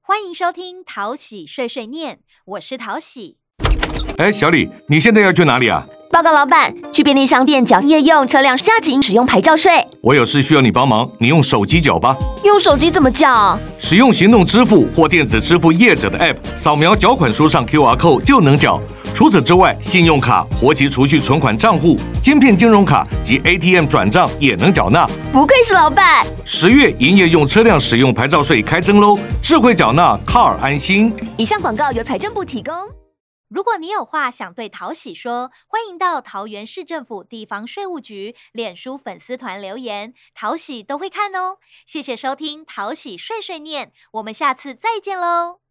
欢迎收听淘喜碎碎念，我是淘喜。哎，小李，你现在要去哪里啊？报告老板，去便利商店缴夜用车辆下级使用牌照税。我有事需要你帮忙，你用手机缴吧。用手机怎么缴？使用行动支付或电子支付业者的 App，扫描缴款书上 QR code 就能缴。除此之外，信用卡、活期储蓄存款账户、芯片金融卡及 ATM 转账也能缴纳。不愧是老板。十月营业用车辆使用牌照税开征喽，智慧缴纳，Car 安心。以上广告由财政部提供。如果你有话想对淘喜说，欢迎到桃园市政府地方税务局脸书粉丝团留言，淘喜都会看哦。谢谢收听淘喜碎碎念，我们下次再见喽。